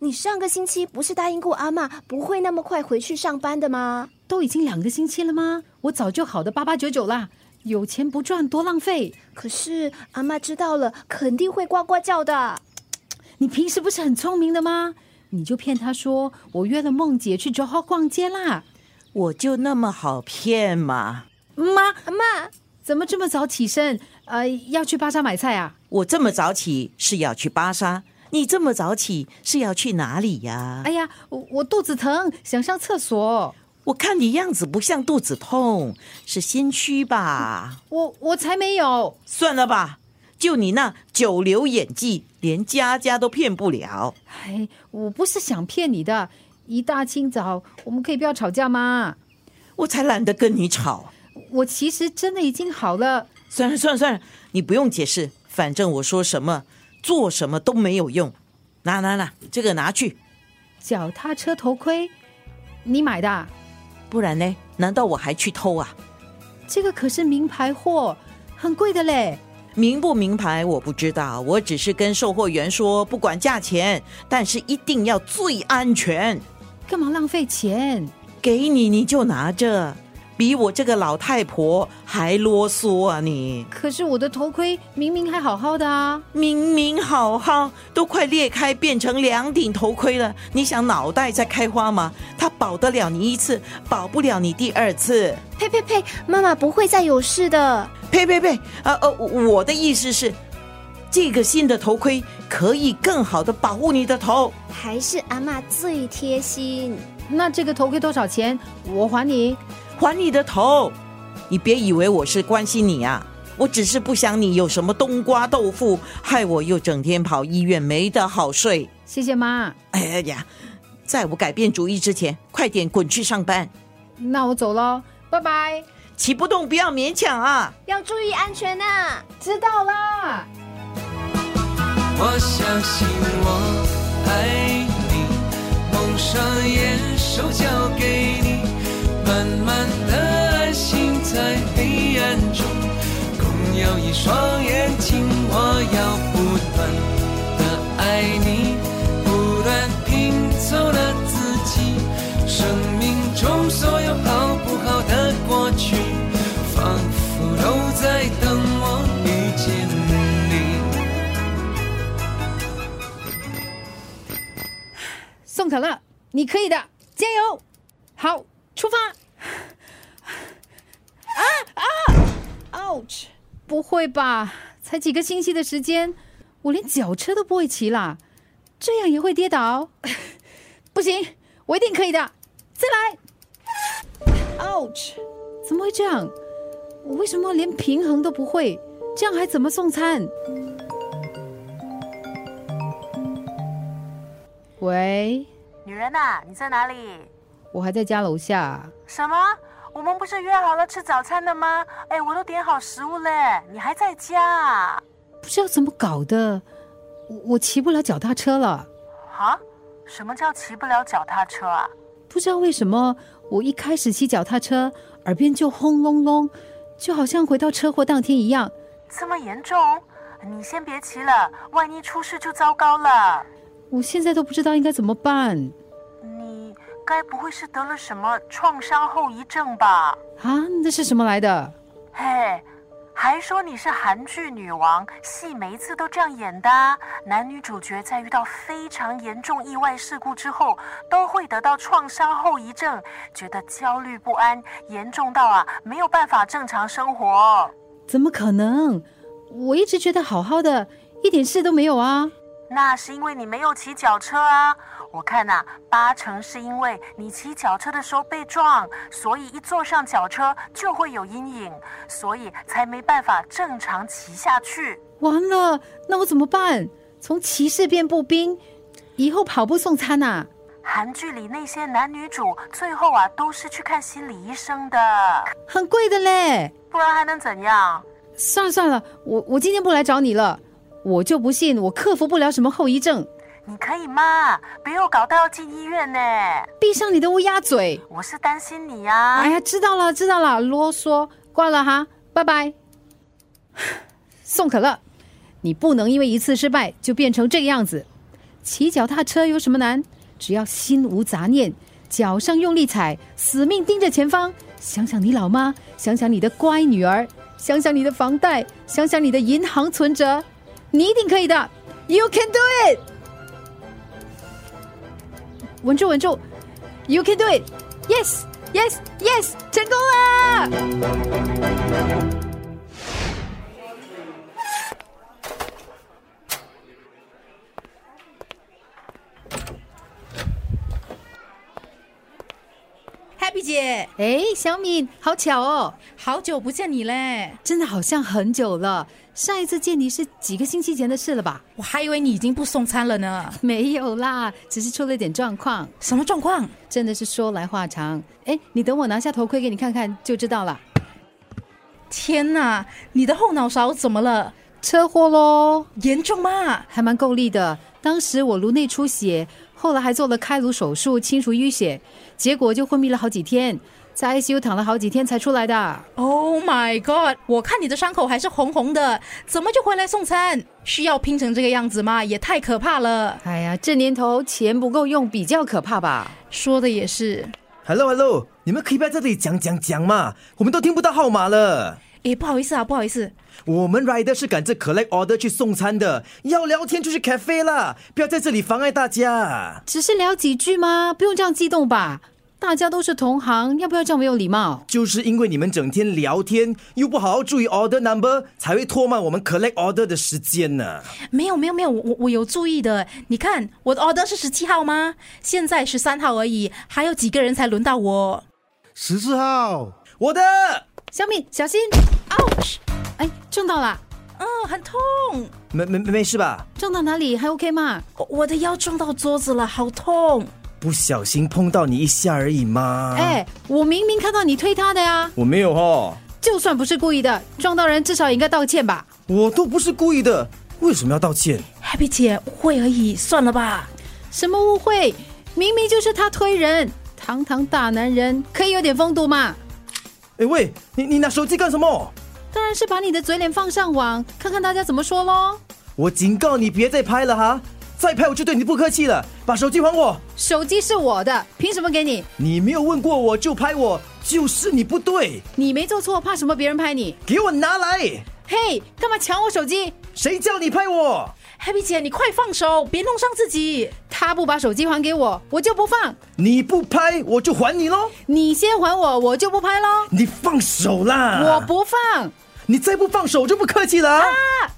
你上个星期不是答应过阿妈不会那么快回去上班的吗？都已经两个星期了吗？我早就好的八八九九啦，有钱不赚多浪费。可是阿妈知道了，肯定会呱呱叫的。你平时不是很聪明的吗？你就骗他说我约了梦姐去 Johor 逛街啦。我就那么好骗吗？妈，阿妈，怎么这么早起身？呃，要去巴莎买菜啊？我这么早起是要去巴沙，你这么早起是要去哪里呀、哎呀，我我肚子疼，想上厕所。我看你样子不像肚子痛，是心虚吧？我我才没有。算了吧，就你那九流演技，连家家都骗不了。哎，我不是想骗你的。一大清早，我们可以不要吵架吗？我才懒得跟你吵。我其实真的已经好了。算了算了算了，你不用解释，反正我说什么做什么都没有用。拿拿拿，这个拿去，脚踏车头盔，你买的啊？不然呢？难道我还去偷啊？这个可是名牌货，很贵的嘞。明不明牌我不知道，我只是跟售货员说不管价钱，但是一定要最安全。干嘛浪费钱？给你你就拿着，比我这个老太婆还啰嗦啊你！可是我的头盔明明还好好的啊！明明好好都快裂开变成两顶头盔了，你想脑袋在开花吗？它保得了你一次，保不了你第二次。呸呸呸！妈妈不会再有事的。呸呸呸！呃呃，我的意思是，这个新的头盔可以更好的保护你的头。还是阿妈最贴心。那这个头盔多少钱？我还你。还你的头！你别以为我是关心你啊，我只是不想你有什么冬瓜豆腐，害我又整天跑医院没得好睡。谢谢妈。哎呀，在我改变主意之前，快点滚去上班！那我走喽，拜拜。骑不动不要勉强啊！要注意安全啊呐、知道啦。我相信我爱你，蒙上眼，手交给你，慢慢的安心在黑暗中，共有一双眼睛，我要不断的爱你，不断拼凑了自己，生命中所有好不好的过去，仿佛都在等我遇见你。宋可乐，你可以的，加油！好，出 发！啊啊！ouch！不会吧？才几个星期的时间，我连脚车都不会骑啦，这样也会跌 倒？不行，我一定可以的！再来！ouch！怎么会这样？我为什么连平衡都不会？这样还怎么送餐？喂，女人呐、你在哪里？我还在家楼下。什么？我们不是约好了吃早餐的吗？哎，我都点好食物嘞，你还在家啊？不知道怎么搞的，我我骑不了脚踏车了。啊？什么叫骑不了脚踏车啊？不知道为什么，我一开始骑脚踏车，耳边就轰隆隆，就好像回到车祸当天一样。这么严重？你先别骑了，万一出事就糟糕了。我现在都不知道应该怎么办你该不会是得了什么创伤后遗症吧？啊！那是什么来的？嘿，还说你是韩剧女王，戏每一次都这样演的啊、男女主角在遇到非常严重意外事故之后，都会得到创伤后遗症，觉得焦虑不安，严重到啊没有办法正常生活。怎么可能？我一直觉得好好的，一点事都没有啊！那是因为你没有骑脚车啊！我看呐、八成是因为你骑脚车的时候被撞，所以一坐上脚车就会有阴影，所以才没办法正常骑下去。完了，那我怎么办？从骑士变步兵，以后跑步送餐啊！韩剧里那些男女主最后啊都是去看心理医生的，很贵的嘞。不然还能怎样？算了算了，我我今天不来找你了，我就不信我克服不了什么后遗症。你可以吗？别又搞到要进医院呢！闭上你的乌鸦嘴！我是担心你呀、哎呀，知道了知道了，啰嗦，挂了哈，拜拜。 宋可乐，你不能因为一次失败就变成这个样子。骑脚踏车有什么难？只要心无杂念，脚上用力踩，死命盯着前方。想想你老妈，想想你的乖女儿，想想你的房贷，想想你的银行存折，你一定可以的！You can do it！稳住，稳住！You can do it！Yes，Yes，Yes，成功啦！ Happy 姐，哎，小敏，好巧哦，好久不见你嘞！真的好像很久了。上一次见你是几个星期前的事了吧？我还以为你已经不送餐了呢。没有啦，只是出了点状况，什么状况？真的是说来话长。哎，你等我拿下头盔给你看看就知道了。天哪，你的后脑勺怎么了？车祸喽，严重吗？还蛮够力的。当时我颅内出血，后来还做了开颅手术清除淤血，结果就昏迷了好几天，在 ICU 躺了好几天才出来的。 Oh my god！我看你的伤口还是红红的，怎么就回来送餐？需要拼成这个样子吗？也太可怕了。哎呀，这年头钱不够用比较可怕吧？说的也是。 Hello Hello，你们可以不要在这里讲讲讲嘛，我们都听不到号码了。诶，不好意思啊，不好意思，我们 rider 是赶着 collect order 去送餐的，要聊天就去 cafe 啦，不要在这里妨碍大家。只是聊几句吗？不用这样激动吧？大家都是同行，要不要这样没有礼貌？就是因为你们整天聊天，又不好好注意 order number，才会拖慢我们 collect order 的时间呢、没有没有没有，我我我有注意的。你看我的 order 是十七号吗？现在十三号而已，还有几个人才轮到我十四号，我的小敏，小心！ ？ouch！哎，撞到了，嗯，很痛，没没没事吧？撞到哪里？还 OK 吗？我我的腰撞到桌子了，好痛。不小心碰到你一下而已嘛。哎、我明明看到你推他的呀，我没有哦，就算不是故意的，撞到人至少也应该道歉吧？我都不是故意的，为什么要道歉？ Happy 姐误会而已，算了吧。什么误会？明明就是他推人，堂堂大男人可以有点风度嘛？哎喂，你你拿手机干什么？当然是把你的嘴脸放上网，看看大家怎么说喽。我警告你别再拍了哈，再拍我就对你不客气了，把手机还我。手机是我的，凭什么给你？你没有问过我就拍我，就是你不对，你没做错，怕什么别人拍你？给我拿来！嘿，干嘛抢我手机？谁叫你拍我？ Happy 姐，你快放手，别弄伤自己。他不把手机还给我，我就不放；你不拍我就还你喽！你先还我，我就不拍喽。你放手啦！我，不放。你再不放手我就不客气了啊！啊！